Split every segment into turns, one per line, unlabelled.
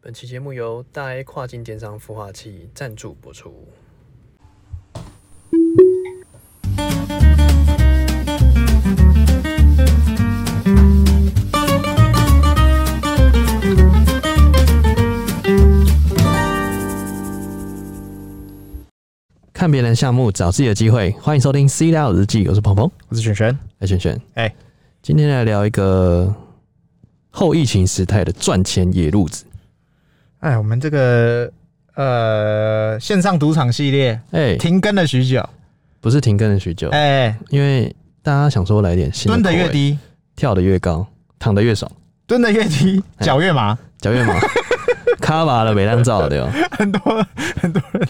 本期节目由大 A 跨境电商孵化器赞助播出。看别人项目，找自己的机会。欢迎收听《C 料日记》，我是鹏鹏，
我是璇璇。
哎，轩轩，
哎，
今天来聊一个后疫情时代的赚钱野路子。
哎，我们这个呃线上赌场系列
哎，
停更了许久，
不是停更了许久，
哎、
因为大家想说来点新的
蹲
口
得
味，
越低，
跳得越高，躺得越爽，
蹲得越低，
哎
脚越麻，
脚越 麻。卡巴了，没当照对哦。
很多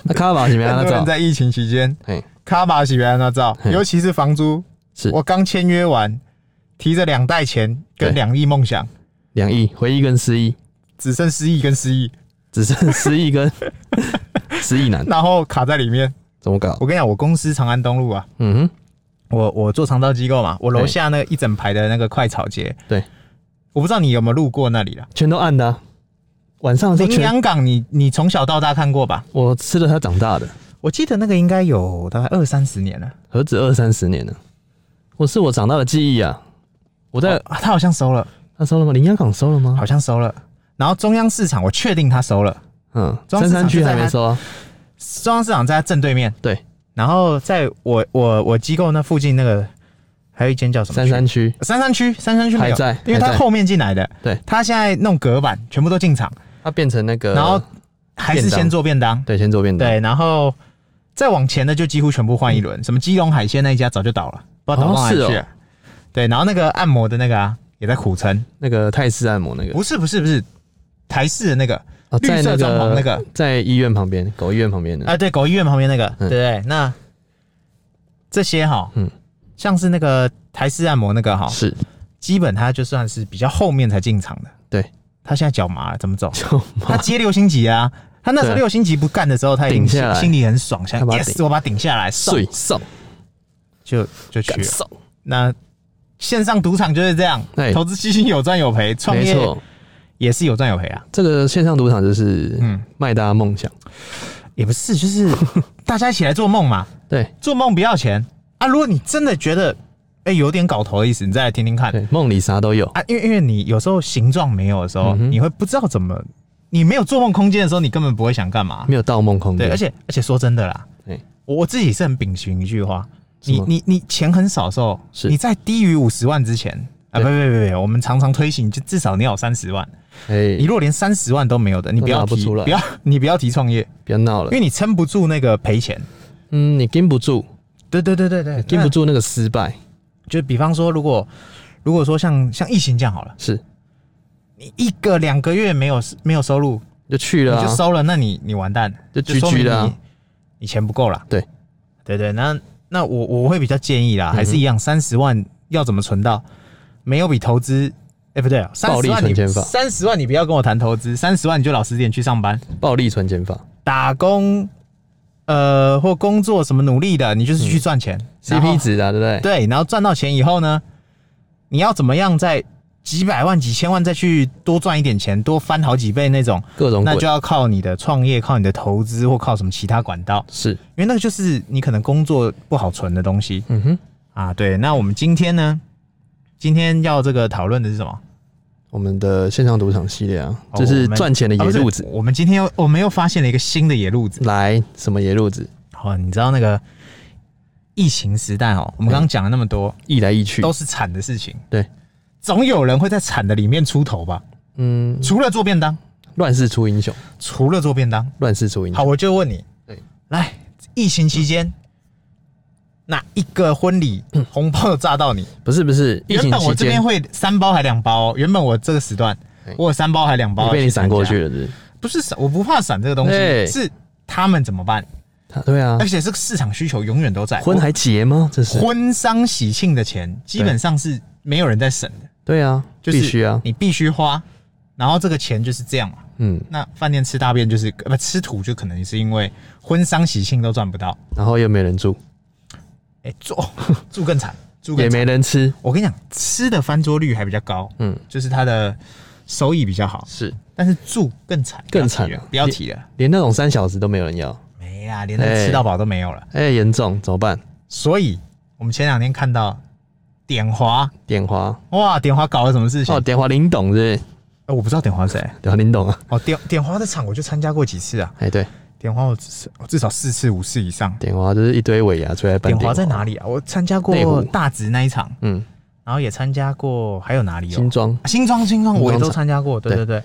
那卡巴是没
很
当
多人
照，
在疫情期间
嘿，
卡巴喜欢那照，
嘿
尤其是房租，
是
我刚签约完，提着两袋钱
对
跟两亿梦想，
两亿回忆跟失忆，
只剩失忆跟失忆，
只 剩失忆跟失忆男，
然后卡在里面。
怎么搞？
我跟你讲，我公司长安东路啊，
嗯哼，
我我做长照机构嘛，我楼
对
下那一整排的那个快炒街，
对，
我不知道你有没有路过那里啦。
全都暗的啊、晚上的时候
羚
全，
羊港你，你从小到大看过吧？
我吃了它长大的，
我记得那个应该有大概二三十年了。
何止二三十年呢？我是我长大的记忆啊！我在、
啊，他好像收了，
他收了吗？林洋港收了吗？
好像收了。然后中央市场，我确定他收了。
嗯，
中
三
央市
山
场
区
就在
还没
它
收啊。
中央市场在他正对面。
对。
然后在我我我机构那附近那个，还有一间叫什么
三
区？
山区
三山区，三山区没
还
有，
在，
因为
还
他
在
后面进来的。
对。
他现在弄隔板，全部都进场，
它变成那个，
然后还是
便当
先做呃便当。
对，先做便当。
对，然后再往前的就几乎全部换一轮，什么基隆海鲜那一家早就倒了，不知道倒到哪里
嗯哦
去
是
了。对，然后那个按摩的那个啊，也在苦撑。
那个泰式按摩那个，
不是不是不是，台式的那个
哦
绿
在
色
那
装
个
潢那个
在医院旁边，狗医院旁边的。
啊，对，狗医院旁边那个，
嗯
对不对？那这些哈，
嗯
嗯，像是那个台式按摩那个哈，
是，
基本它就算是比较后面才进场的。
对，
他现在脚麻了，怎么走？
就
他接六星级啊，他那
对
时候
啊
六星级不干的时候，他已经
顶下
心
来
心里很爽，想
他把它
yes，我把它顶下来，送
睡送
就就去
感
了。
受，
那线上赌场就是这样
哎，
投资基金有赚有赔，创
没
业
错，
也是有赚有赔啊。
这个线上赌场就是
嗯
卖大家梦想。
也不是，就是 大家一起来做梦嘛，
对
做梦不要钱啊。如果你真的觉得哎、有点搞头的意思，你再来听听看
对，梦里啥都有。
啊啊。因为因为你有时候形状没有的时候，
嗯哼
你会不知道怎么，你没有做梦空间的时候，你根本不会想干嘛。
没有盗梦空
对，
间，
而且而且说真的啦
对，
我我自己是很秉行一句话，
哎什
你
么
你你钱很少的时候，
是
你在低于五十万之前。
对
啊，不不不不，我们常常推行，就至少你要有三十万。
哎
你，如果连三十万都没有的，你不要
都拿不
提，
出来
不要你不要提创业，
不要闹
因
了
为。你撑不住那个赔钱。
嗯，你经不住，
对对对对对，啊
经不
那。
住那个失败，
就比方说，如果如果说像像疫情这样好了，
是
你一个两个月没有没有收入，
就去
你
了
就
啊，
收了，那你你完蛋，
就
说明
GG 了
你
啊。
你钱不够了。
对
对对，那那我我会比较建议啦，
哼
还是一样，三十万要怎么存到？没有比投资。哎、不对啊，三
暴
十
力
万
存
你
钱法
三十万你不要跟我谈投资，三十万你就老实点去上班
暴力存钱法
打工，呃，或工作什么努力的，你就是去赚钱、然后
，CP 嗯值啊，对不对？
对，然后赚到钱以后呢，你要怎么样再几百万、几千万再去多赚一点钱，多翻好几倍那种，
各种
那
鬼
就要靠你的创业、靠你的投资或靠什么其他管道，
是，
因为那个就是你可能工作不好存的东西
嗯哼，
啊。对，那我们今天呢，今天要这个讨论的是什么？
我们的线上赌场系列啊，
哦
就是
我们
赚钱的野
啊不是
路子。
我们今天又我们又发现了一个新的野路子。
来，什么野路子？
好、你知道那个疫情时代哦，我们刚刚讲了那么多，
一来一去，
都是惨的事情。
对，
总有人会在惨的里面出头吧？
嗯，
除了做便当，
乱世出英雄，
除了做便当，
乱世出英
好，
雄。
我就问你，
嗯对，
来，疫情期间，哪一个婚礼红包炸到你？
不是不是，嗯疫
原
情
本
期
我这
间
边会三包还两包哦、原本我这个时段
对
我有三包还两包
你被你
去参
闪过
加，
去了，是不是？
不是闪，我不怕闪这个东
对
西，是他们怎么办？
他对啊
而，且这个市场需求永远都在，
婚还结吗？这是
婚丧喜庆的钱基本上是没有人在省的，
对啊，
就是
必须啊，
你必须花，然后这个钱就是这样嘛。
嗯，
那饭店吃大便就是呃不吃土，就可能是因为婚丧喜庆都赚不到，
然后又没人住，
哎、住 住更惨，住
也
更惨。
没人吃，
我跟你讲，吃的翻桌率还比较高，
嗯，
就是它的收益比较好，
是
但是住更惨，
更惨啊
不要提了不要提了，
连那种三小时都没有人要，
没啦，连那个吃到饱都没有了。
哎、严重怎么办？
所以我们前两天看到点华，
点华
哇，点华搞了什么事情？
哦，
哦，
点华林董是不是
我不知道点华是谁。
点华林董啊，
哦，点点华的场我就参加过几次啊，
哎、对，
点华我至我至少四次五次以上。
点华就是一堆尾牙出来办
点华
华
在哪？里啊？我参加
内湖
过大直那一场，
嗯，
然后也参加过，还有哪里有？
新庄
啊新庄，新庄
新庄
我也都
场
参加过。对
对
对对，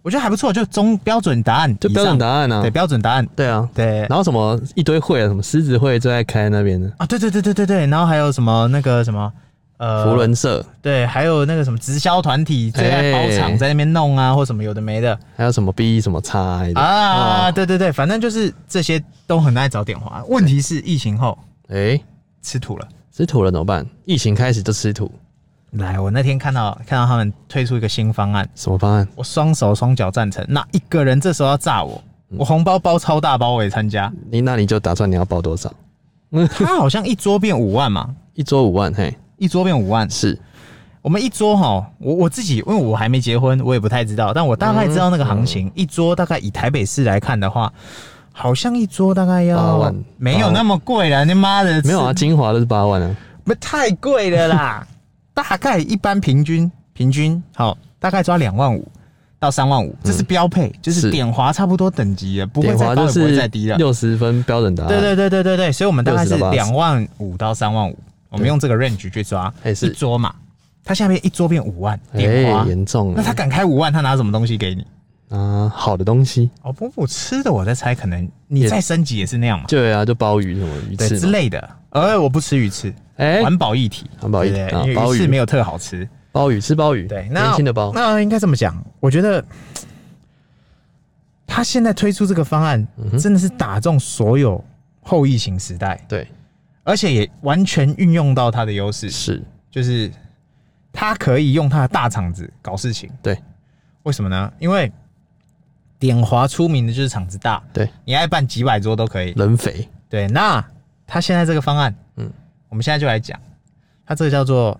我觉得还不错，就中标准答案以上，
就标准答案啊，
对标准答案，
对啊，
对
然后什么一堆会啊，什么狮子会最爱开那边的
啊，对对对对对对，然后还有什么那个什么呃，
福伦社，
对，还有那个什么直销团体最爱包
哎
场在那边弄啊，或什么有的没的
还有什么 B 什么叉的
啊，
哦
对对对，反正就是这些都很爱找点花。问题是疫情后
哎、
吃土了。
吃土了怎么办？疫情开始就吃土，
来，我那天看到看到他们推出一个新方案，
什么方案？
我双手双脚赞成。那一个人这时候要炸我，
嗯
我红包包超大包我也参 加，
你那你就打算你要报多少？
他好像一桌变五万嘛，
一桌五万，嘿，
一桌变五万。
是
我们一桌哈，我我自己因为我还没结婚，我也不太知道，但我大概知道那个行
嗯
情，一桌大概以台北市来看的话，好像一桌大概
八
要
万
没有那么贵了，你妈的
没有啊，，精华都是八万啊，
不太贵 了啦，大概一般平均平均好，大概抓两万五。到三万五，这是标配，就
嗯
是
是
点华差不多等级了，不会
点
再
华
高
就
也不会再
是
低了。
六十分标准答案，
对对对对对对，所以我们大概是
60到80
两万五到三万五，我们用这个 range 去抓，
哎是
一桌嘛，它下面一桌变五万点
哎、
花，
严重
那他
啊、
敢开五万，他拿什么东西给你？
啊，好的东西，
哦不不，吃的我在猜，可能你
也
再升级也是那样嘛，
对啊，就鲍鱼什么鱼
对
翅
之
嘛，
类的。呃，我不吃鱼翅，
哎、
环保议题，
环保议题
对不对
啊
因
鲍
为
鱼
鱼翅没有特好吃。
鲍鱼吃鲍鱼，
对，那
年轻的鲍，
那应该这么讲，我觉得他现在推出这个方案，
嗯
真的是打中所有后疫情时代，
对，
而且也完全运用到他的优势，
是，
就是他可以用他的大厂子搞事情。
对，
为什么呢？因为点华出名的就是厂子大，
对，
你爱办几百桌都可以。
人肥，
对，那他现在这个方案，
嗯
嗯，我们现在就来讲，他这个叫做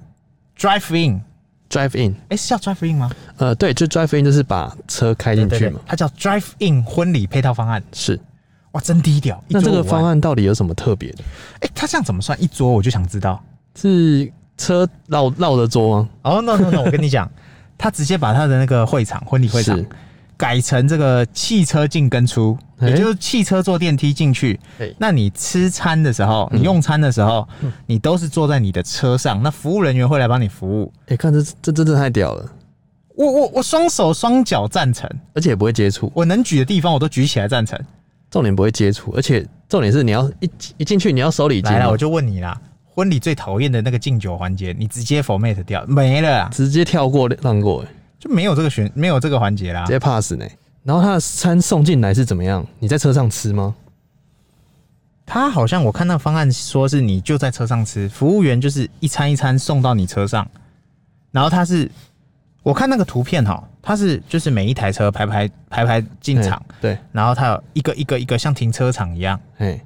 drive in，
drive in，
哎、是叫 drive in 吗？
呃，对，就 drive in 就是把车开进去嘛，
它叫 drive in 婚礼配套方案，
是。
哇，真低调。一
那这
桌
个
5万
方，案到底有什么特别的？
哎、他这样怎么算一桌？我就想知道。
是车绕绕着桌吗？
哦、n o no no，我跟你讲，他直接把他的那个会场婚礼会场
是
改成这个汽车进跟出，
哎
也就是汽车坐电梯进去。
哎
那你吃餐的时
嗯
候，你用餐的时候，你都是坐在你的车上，那服务人员会来帮你服务。
哎、看这这真的太屌了，
我我我双手双脚赞成，
而且也不会接触，
我能举的地方我都举起来赞成。
重点不会接触，而且重点是你要一一进去你要手礼金
来了，
嘛
我，就问你啦，婚礼最讨厌的那个敬酒环节，你直接 format 掉没了啦，
直接跳过让过、欸，
就没有这个选，没有这个环节啦
直。接 pass 呢、然后他的餐送进来是怎么样？你在车上吃吗？
他好像我看那个方案说是你就在车上吃，服务员就是一餐一餐送到你车上，然后他是，我看那个图片哈，他是就是每一台车排排排排进场，
哎对，
然后他有一个一个一个像停车场一样，
哎、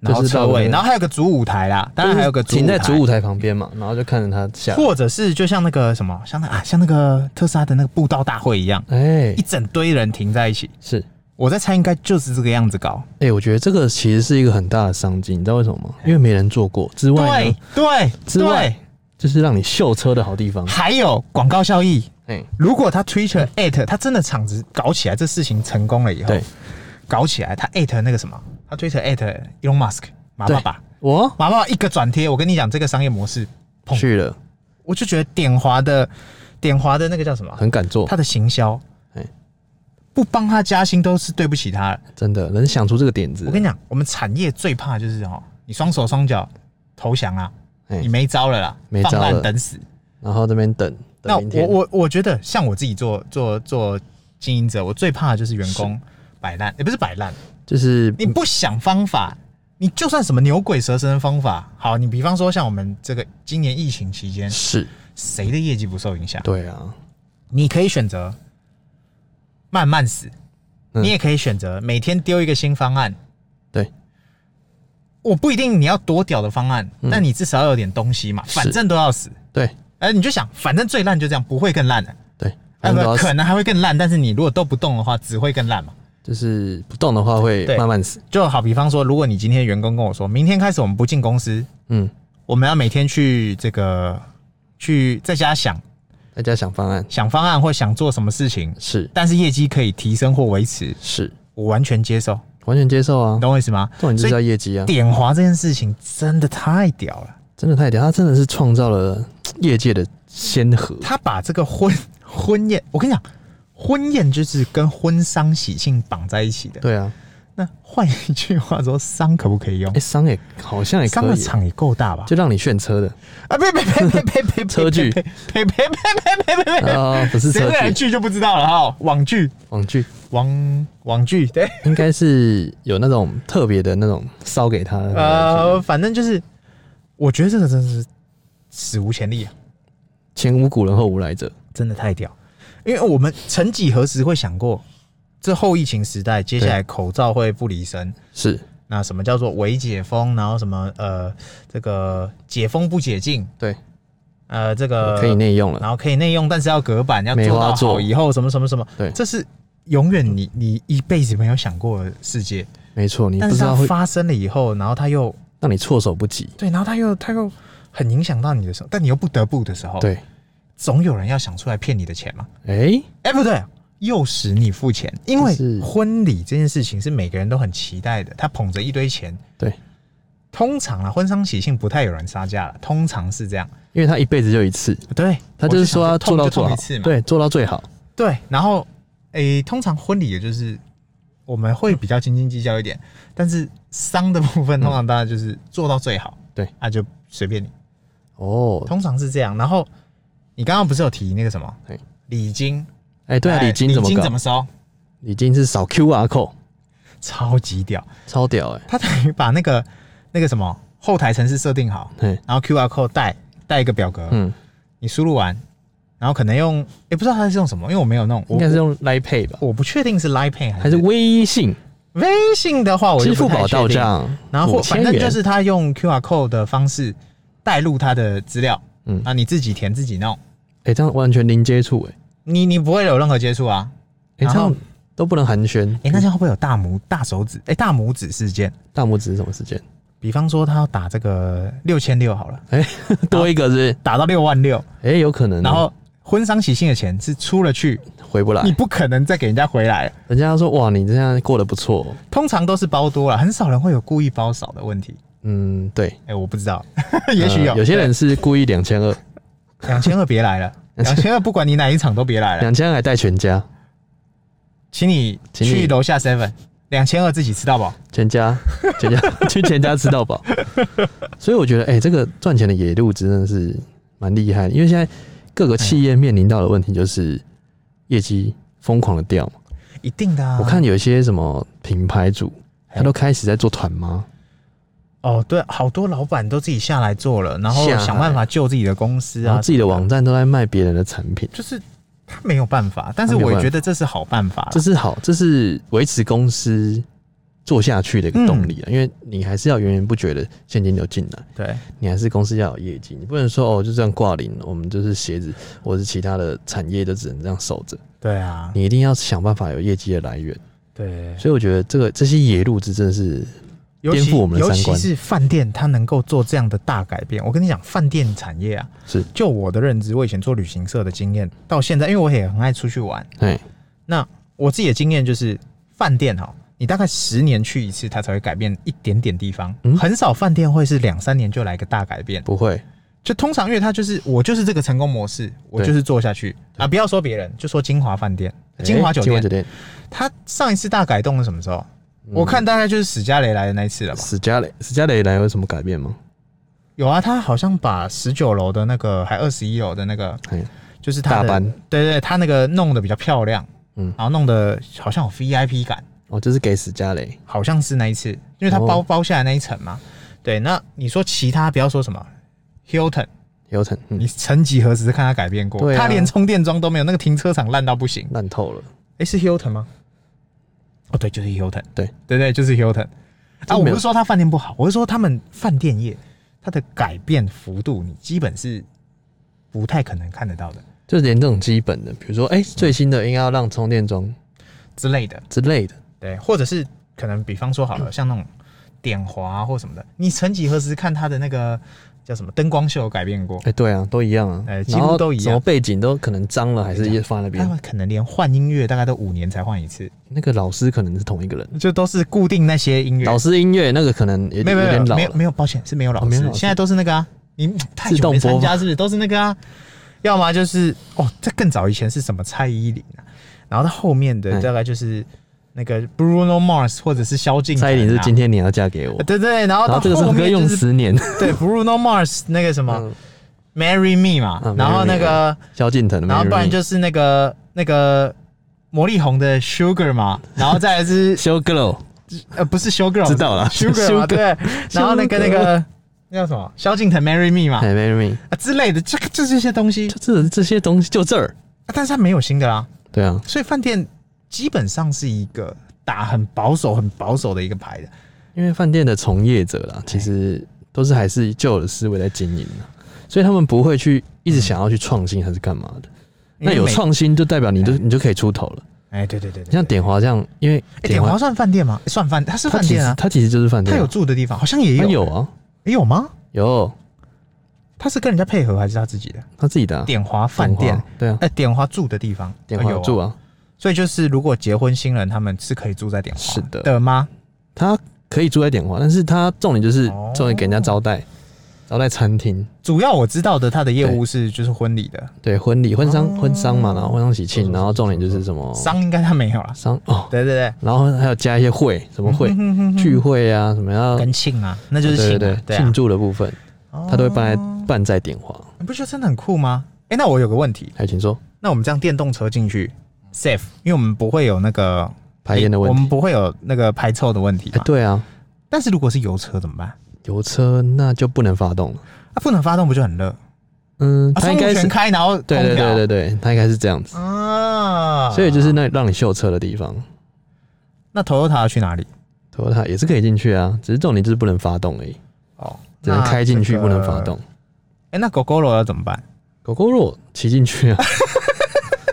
然后
就是到
车
那
位，
个
然后还有个主舞台啦，当然还有个主舞
停在主
台。
舞台啊旁边嘛，然后就看着他下来，
或者是就像那个什么，像那啊，像那个特斯拉的那个布道大会一样，
哎、
一整堆人停在一起，
是，
我在猜应该就是这个样子搞。
哎、我觉得这个其实是一个很大的商机，你知道为什么吗？因为没人做过之外
对
呢，
对
之外
对，
就是让你秀车的好地方，
还有广告效益。
哎、
如果他 Twitter at 他真的厂子搞起来，这事情成功了以后
对，
搞起来他 at 那个什么，他 Twitter at Elon Musk 马
对
爸爸，
我
马爸爸一个转贴，我跟你讲这个商业模式，砰
去了，
我就觉得点华的点华的那个叫什么，
很敢做
他，的行销
哎，
不帮他加薪都是对不起他了。
真的能想出这个点子
我，跟你讲，我们产业最怕就是哦，你双手双脚投降啊，
哎
你没招了啦，
没招
放
了
烂等死。
然后这边等
那
等明天，
我我我觉得，像我自己做做做经营者，我最怕的就是员工摆烂，也、不是摆烂，
就是
你不想方法，你就算什么牛鬼蛇神的方法，好，你比方说像我们这个今年疫情期间，
是，
谁的业绩不受影响？
对啊，
你可以选择慢慢死，
嗯
你也可以选择每天丢一个新方案。
对，
我不一定你要多屌的方案，但你至少要有点东西嘛，
嗯是
反正都要死。
对
哎，你就想，反正最烂就这样，不会更烂的。
对，我
啊，
们都要
不，
死
可能还会更烂，但是你如果都不动的话，只会更烂嘛。
就是不动的话会
对
慢慢死。
就好比方说，如果你今天员工跟我说，明天开始我们不进公司，
嗯，
我们要每天去这个去在家想
大家想方案，
想方案或想做什么事情，
是
但是业绩可以提升或维持，
是，
我完全接受，
完全接受啊
你。懂我意思吗？
重点就是要业绩啊，
点华这件事情真的太屌了，
真的太屌，他真的是创造了业界的先河。
他把这个婚 婚宴，我跟你讲，婚宴就是跟婚丧喜庆绑在一起的。
对啊，
那换一句话说，丧可不可以用
哎、？商也好像也
丧
可
的
以，
场也够大吧？
就让你炫车 的
啊，呸呸呸呸呸呸，
车距
呸呸呸呸呸呸呸，
啊、不是
谁
车
会来
剧
剧就不知道了哈。网剧，
网剧，
网网剧，对，
应该是有那种特别的那种烧给他的那种
呃，反正就是，我觉得这个真的是史无前例啊，
前无古人后无来者，
真的太屌。因为我们曾几何时会想过，这后疫情时代，接下来口罩会不离身。
是
那什么叫做伪解封？然后什么呃，这个解封不解禁？
对，
呃，这个
可以内用了，
然后可以内用，但是要隔板，要
梅
做
花
到
座
好以后什么什么什么，
对
这是永远你你一辈子没有想过的世界，
没错，你不
但是
知
它
道会
发生了以后，然后它又
让你措手不及，
对，然后它又它又很影响到你的时候，但你又不得不的时候，，
对，
总有人要想出来骗你的钱嘛，
哎、
哎，不对。诱使你付钱，因为
就是
婚礼这件事情是每个人都很期待的。他捧着一堆钱，
对，
通常啊，婚丧喜庆不太有人杀价了，通常是这样。
因为他一辈子就一次，
对，
他就是说要
我
做
想
到
说
做
痛就痛
好
一次，嘛。
对，做到最好，
对，然后诶、通常婚礼也就是我们会比较斤斤计较一点，但是丧的部分通常大家就是做到最好，
嗯对，
啊就随便你，
哦，
通常是这样。然后你刚刚不是有提那个什么
对
礼金？
哎、对啊，
哎
礼金怎么
礼金
搞
怎？么收？
礼金是扫 QR code，
超级屌，
超屌哎、
他等于把那个那个什么后台程式设定好，
嘿，
然后 QR code 带带一个表格，
嗯，
你输入完，然后可能用，也、不知道他是用什么，因为我没有弄，
应
我
该是用 Line Pay 吧，
我不确定是 Line Pay 还
还是微信、
微信的话，我
支
就
付
不太
宝
确
到
定。
账，
然后
五
或
千
反正
元
就是他用 QR code 的方式带入他的资料，
嗯
啊，你自己填自己弄，
哎、这样完全零接触哎、
你你不会有任何接触啊。
哎、
然
这
后
样都不能寒暄，
哎、那这样会不会有大拇大手指？哎、大拇指事件，
大拇指是什么时间？
比方说他要打这个六千六好 了，
哎、多一个是不是
打到六万六，
哎、有可能哦、
然后婚丧喜庆的钱是出了去，
回不来
你。不可能再给人家回来。
人家说哇，你这样过得不错哦。
通常都是包多了，很少人会有故意包少的问题。
嗯，对，
哎、我不知道， 也许有、
呃有些人是故意两千二，
两千二别 来了，两千二不管你哪一场都别来了。
两千二还带全家，
请你
请你
去楼下 Seven，两千二自己吃到饱。
全家， 全家去全家吃到饱。所以我觉得，哎、这个赚钱的野路子真的是蛮厉害的，因为现在各个企业面临到的问题就是业绩疯狂的掉嘛。
一定的、啊。哎
我看有一些什么品牌主，他都开始在做团妈，
哦，对，好多老板都自己下来做了，然后
下来
想办法救自己的公司
然
啊，
后自己的网站都在卖别人的产品。
就是他没有办法，但是
他没有
我
办法
也觉得这是好办法啦。
这是好，这是维持公司做下去的一个动力啊，
嗯
因为你还是要源源不绝的现金流进来，
对，
你还是公司要有业绩，你不能说哦就这样挂零，我们就是鞋子或者是其他的产业都只能这样守着，
对啊，
你一定要想办法有业绩的来源。
对，
所以我觉得这个这些野路子真的是
尤
颠覆我们的
尤
三
其
观
是饭店，它能够做这样的大改变。我跟你讲，饭店产业啊，
是
就我的认知，我以前做旅行社的经验，到现在，因为我也很爱出去玩，
哎
那我自己的经验就是，饭店哈，你大概十年去一次，它才会改变一点点地方。
嗯
很少饭店会是两三年就来个大改变。
不会
就通常，因为它就是我就是这个成功模式，我
对
就是做下去啊！不要说别人，就说金华饭店、金华
哎
酒
金华
店
酒，店
它上一次大改动是什么时候？
嗯
我看大概就是史嘉蕾来的那一次了吧。
史嘉蕾史嘉蕾来有什么改变吗？
有啊，他好像把十九楼的那个，还二十一楼的那个，
哎
就是他的
大班，
对对，他那个弄得比较漂亮，
嗯
嗯，然后弄得好像有 VIP 感。
哦，就是给史嘉蕾
好像是那一次，因为它包、
哦
包下来那一层嘛。对，那你说其他不要说什么 Hilton，
Hilton 嗯
你曾几何时看它改变过？
对啊
它连充电桩都没有，那个停车场烂到不行。
烂透了，
诶，是 Hilton 吗？哦，对，就是 Hilton。
对
对对，就是 Hilton。
这
啊，我
没有
不是说它饭店不好，我是说他们饭店业它的改变幅度，你基本是不太可能看得到的。
就是连这种基本的，比如说，哎、最新的应该要让充电桩
之类的，
之类的，
对，或者是可能比方说好了，像那种点滑、或什么的，你曾几何时看它的那个叫什么灯光秀有改变过
哎、？对啊，都一样啊，
哎几
然
乎
后
都一样
什
哎
么背景都可能脏了，还是
对啊
放在那
他
边。
们可能连换音乐大概都五年才换一次，
那个老师可能是同一个人，
就都是固定那些音乐。
老师音乐那个可能也有
没有没有
点老
没有
了，
没有，抱歉是没有老
哦没
师，
有老师
现在都是那个啊，你嗯太
自
久
动
没参
播
加是不是？都是那个啊，要么就是哦，这更早以前是什么蔡依林啊，然后到后面的
嗯
大概就是那个 Bruno Mars 或者是萧敬腾啊、
蔡依林是今天你要嫁给我，
对对，然后
然
到
后这个
后
首歌
面
用
就是
十年，
对 Bruno Mars 那个什么
嗯
Marry Me 嘛，
嗯
然后
Marry Me，
那个
萧敬腾的 Marry Me，
然后不然就是那个那个魔力红的 Sugar 嘛，然后再来是
s h o w Girl，
呃，不是 Show Girl，
知道啦
Sugar 嘛
Sugar
对，然后那
Sugar
个那个那叫什么？萧敬腾 Marry Me 嘛
哎，Marry Me，
啊之类的，这个就这些东西，
就这这些东西就这儿，
啊但是它没有新的啦，
对啊，
所以饭店基本上是一个打很保守、很保守的一个牌的。
因为饭店的从业者啦，其实都是还是以旧有的思维在经营的，所以他们不会去一直想要去创新还是干嘛的。
因
那
为
有
每，
创新就代表你
嗯
就你就可以出头了。
哎，对对对对，
像点华这样，因为
哎点华算饭店吗？算饭，它是
它
饭
其
店
实
啊，
它其实就是饭
它
店
有
啊，
住的地方，好像也
它
有，
有啊
也有吗？
有
它是跟人家配合还是他自己的？
他自己的啊
点华饭
点
店
华，对啊，
哎，点华住的地方，
点华
有
住啊，
啊。所以就是，如果结婚新人他们是可以住在点华
是的
的吗？
他可以住在点华，但是他重点就是
哦
重点给人家招待，招待餐厅，
主要我知道的，他的业务是就是婚礼的，
对婚礼婚丧
哦
婚丧嘛，然后婚丧喜
是
庆，
是
然后重点
是
就是什么
商应该他没有啦。
商哦，
对对对，
然后还有加一些会，什么会
嗯哼哼哼
聚会啊，什么要
跟庆啊，那就是庆
对
啊，
对
对
对
啊
庆，祝的部分，他都会办在
哦
办在点华。
你不觉得真的很酷吗？哎，那我有个问题，
还有请说
那我们这样电动车进去 safe，因为我们不会有那个
排烟的问
我们
题，
不会有那个排臭的问题
哎
嘛。
对啊，
但是如果是油车怎么办？
油车那就不能发动了。
啊，不能发动不就很热？
嗯，
啊，
他
双
应该
涡
是
全开，然后
对对
空调
对对对，他应该是这样子，
啊，
所以就是那让你秀车的地方。
那 Toyota 要去哪里？
Toyota 也是可以进去啊，只是重点就是不能发动而已，
哦，
只能开进去，
那
不
这个
能发。动。
哎、那狗狗罗要怎么办？
狗狗肉骑进去 啊，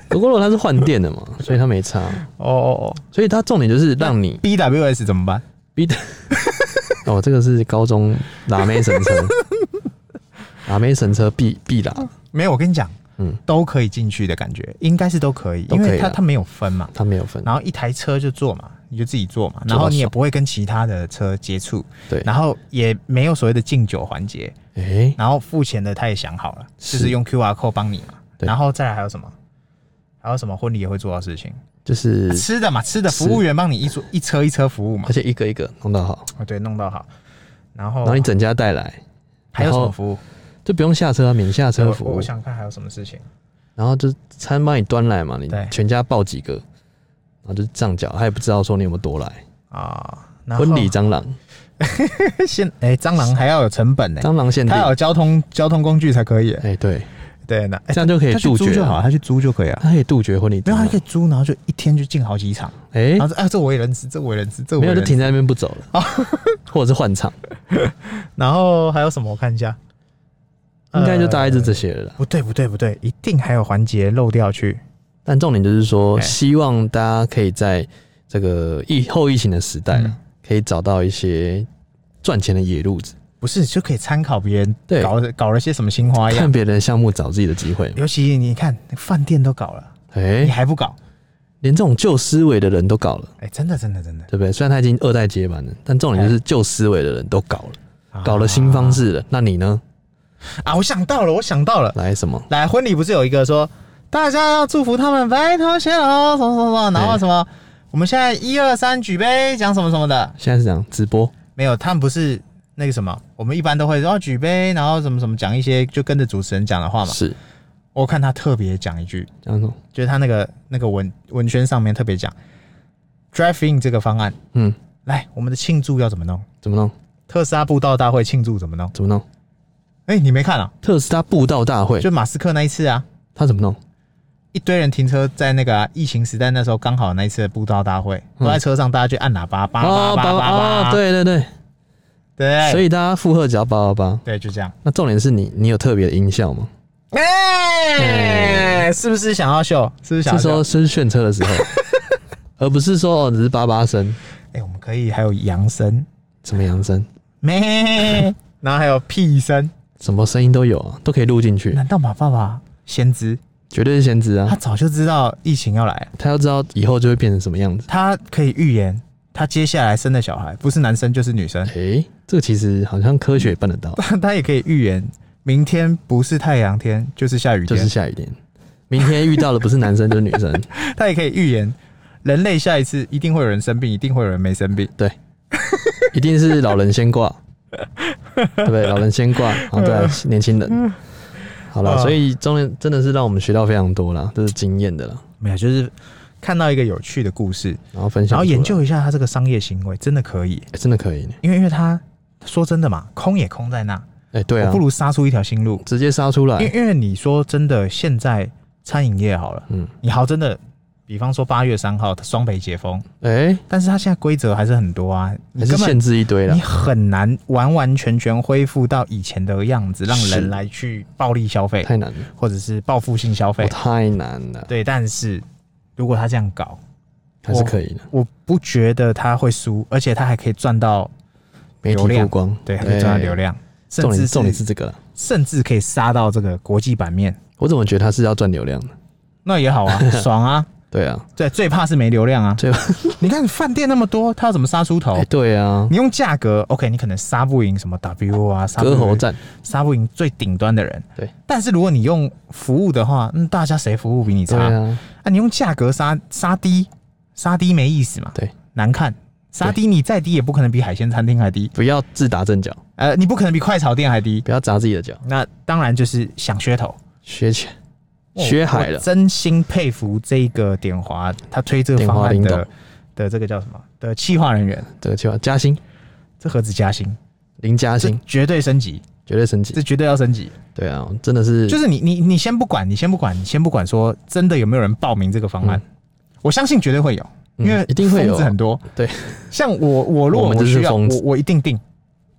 狗狗肉它是换电的嘛，所以它没差，
哦哦哦
所以它重点就是让你
，BWS 怎么办？
逼 的。哦，这个是高中拉妹神车，拉妹神车必必拉，
没有，我跟你讲，
嗯，
都可以进去的感觉，应该是都可以，
都
因
可以啊
为它
啦
它没有分嘛，
它没有分。
然后一台车就坐嘛，你就自己坐嘛，
坐到
然后你也
爽
不会跟其他的车接触，
对，
然后也没有所谓的敬酒环节，
哎、
然后付钱的他也想好了，就是
是
用 QR code 帮你嘛，
对
然后再来还有什么？还有什么婚礼也会做到事情？
就是
吃的嘛，吃的
嗯吃
服务员帮你一桌一车一车服务嘛
而，且一个一个弄到好，
哦对，弄到好。然
然后
后
你整家带来，
还有什
然
么
后
服务？
就不用下车啊，免下车
我
服
我
务
我，想看还有什么事情。
然后就餐帮你端来嘛，你
对
全家抱几个，然后就账缴，他也不知道说你有没有多来。
啊、然后
婚礼蟑螂，
先哎、蟑螂还要有成本呢、
蟑螂限定
它，要有交通交通工具才可以、
哎、对，
对，那、哎
这样就可以
他去
杜
租
绝啊嗯
就
了，
好，他去租就可以了。啊
他可以杜绝婚礼
没
蟑
有，他
螂
可。以租，然后就一天就进好几场，
哎、
然后说啊，这我也认识，这我也认识，这我
没
也
有就
认识
停。在那边不走
哦
了， 或者是换场，
然后还有什么？我看一下，
应该就大概
呃
是这些了啦。
不对，不对，不对，一定还有环节漏掉去。
但重点就是说，
哎
希望大家可以在这个疫后疫情的时代啦
嗯
可以找到一些赚钱的野路子，
不是，就可以参考别人
对
搞的搞了些什么新花样
看。别人的项目找自己的机会嘛。
尤其你看，饭店都搞了，
哎、
你还不搞？
连这种旧思维的人都搞了，
哎，真的，真的，真的，
对不对？虽然他已经二代接班了，但重点就是旧思维的人都搞了，
哎啊
搞了新方式了。那你呢？
啊！我想到了，我想到了，
来什么？
来婚礼不是有一个说大家要祝福他们白头偕老什么什么什么，然后什么我们现在一二三举杯讲什么什么的，
现在是讲直播，
没有，他们不是那个什么，我们一般都会说、哦、举杯，然后什么什么讲一些就跟着主持人讲的话嘛。
是
我看他特别讲一句，
这样说。
就是他那个那个文文宣上面特别讲 drive in 这个方案，
嗯，
来我们的庆祝要怎么弄？
怎么弄？
特斯拉布道大会庆祝怎么弄？
怎么弄？
哎、你没看啊？
特斯拉布道大会，
就马斯克那一次啊，
他怎么弄？
一堆人停车在那个啊、疫情时代那时候刚好那一次的布道大会，
嗯
都在车上，大家去按喇叭，叭叭叭叭叭，哎
哦对对对，
对，
所以大家附和只要八八八。
对就这样。
那重点是你，你有特别的音效吗？
哎、哎，是不是想要秀？是不是想
这
要
时候
秀？
是炫车的 时候，而不是说哦只是叭叭声，
哎，我们可以还有扬声，
什么扬声，
咩，然后还有屁声。
什么声音都有啊，都可以录进去，
难道马爸爸先知？
绝对是先知
他
啊。
早就知道疫情要来，
他要知道以后就会变成什么样子。
他可以预言他接下来生的小孩不是男生就是女生，
诶、这个其实好像科学也办得到，
他也可以预言明天不是太阳天就是下雨
就
天，
是下雨天。明天遇到的不是男生就是女生，
他也可以预言人类下一次一定会有人生病，一定会有人没生病。
一定是老人先 挂，对不对？老人先挂，然后再来年轻人。好了，
嗯
所以中年真的是让我们学到非常多啦，这是经验的啦。
没有，就是看到一个有趣的故事，
然后分享出来，
然后研究一下他这个商业行为，真的可以，
诶、真的可以呢。
因为因为他说真的嘛，空也空在那，
哎、对
我
啊
不，如杀出一条新路。
直接杀出
因为
来，
因为你说真的，现在餐饮业好了，
嗯，
你好真的，比方说八月三号双北解封，
哎、
但是它现在规则还是很多啊，你
还是
根本
限制一堆啦
你。很难完完全全恢复到以前的样子，让
是
人来去暴力消费
太难了，
或者是报复性消
我
费。
太难了，
对，但是如果他这样搞，
还是可以的，
我不觉得他会输，而且他还可以赚到，
媒体
流量
曝光，
对，还可以赚到流
量，
量，甚
重
至
点重点
是
是这个啦。
甚至可以杀到这个国际版面，
我怎么觉得他是要赚流量的？
那也好啊， 爽啊！
对啊，
对，最怕是没流量啊。
最怕
你看饭店那么多，他要怎么杀出头？
哎、对啊，
哦你用价格，OK，你可能杀不赢什么 W 啊，杀不
割喉
赢
战，
杀不赢最顶端的人。
对，
但是如果你用服务的话，嗯，大家谁服务比你差
对啊，
啊你用价格杀杀低，杀低没意思嘛？
对，
难看。杀低你再低也不可能比海鲜餐厅还低，
不要自打阵脚，
呃，你不可能比快炒店还低。
不要砸自己的脚，
那当然就是想噱头，
学起来，学哦海
我
了，
真心佩服这个点华，他推这个方案
点华
的
林
的这个叫什么的企划人员，
这个计划加薪，
这何止加薪，
零加
这
薪，
绝对升级，
绝对升级
这。绝对要升级。
对啊，真的是，
就是你你你先不管，你先不管，你先不管说真的有没有人报名这个方案，我相信绝对会有，因
嗯
为
一定会有
疯子很多。
对，
像我我如
我
果
们
我
就是
需要，
疯子
我我一定定。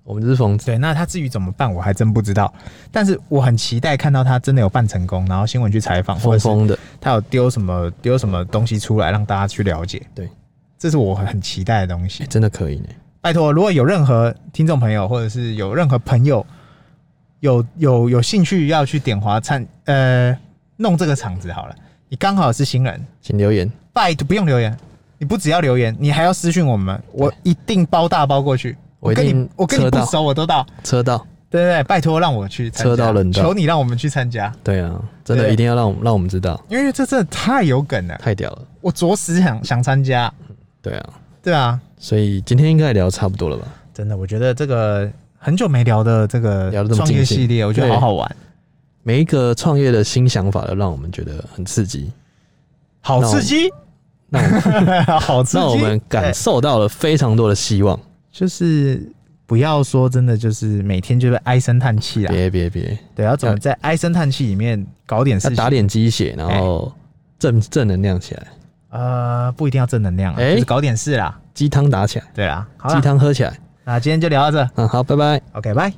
我们就是疯子，
对，那他至于怎么办，我还真不知道。但是我很期待看到他真的有办成功，然后新闻去采访，或
疯
者是
疯的，
他有丢什么丢什么东西出来让大家去了解。
对，
这是我很很期待的东
哎、
西。
真的可以呢。
拜托，如果有任何听众朋友，或者是有任何朋友有有有兴趣要去点华参呃弄这个场子好了，你刚好是新人，
请留言，
拜托不用留言，你不只要留言，你还要私讯我们，我一定包大包过去。
我一
跟
定
你我跟你
车
不
到
熟我都到，
车到，
对对对，拜托让我去参加，
车到人到
求你让我们去参加，
对啊，真的
对
一定要让我们让我们知道，
因为这真的太有梗了，
太屌了，
我着实想想参加，
对啊，
对啊，
所以今天应该聊得差不多了吧？
真的，我觉得这个很久没聊的这个
聊得这么
创业
尽兴
系列，我觉得
对
好好玩。
每一个创业的新想法都让我们觉得很刺激，
好
那我
刺激，
那我们
好刺激。
让我们感
哎
受到了非常多的希望。
就是不要说真的，就是每天就是唉声叹气啦。
别别别，
对，啊要怎么
要
在唉声叹气里面搞点事
要
情？
打点鸡血，然
哎
后正正能量起来，
呃，不一定要正能量啊，
哎
就是搞点事啦。
鸡汤打起来，
对啦，好
鸡
啦，
汤喝起来。
那今天就聊到这
嗯，好，拜拜。
，OK，拜。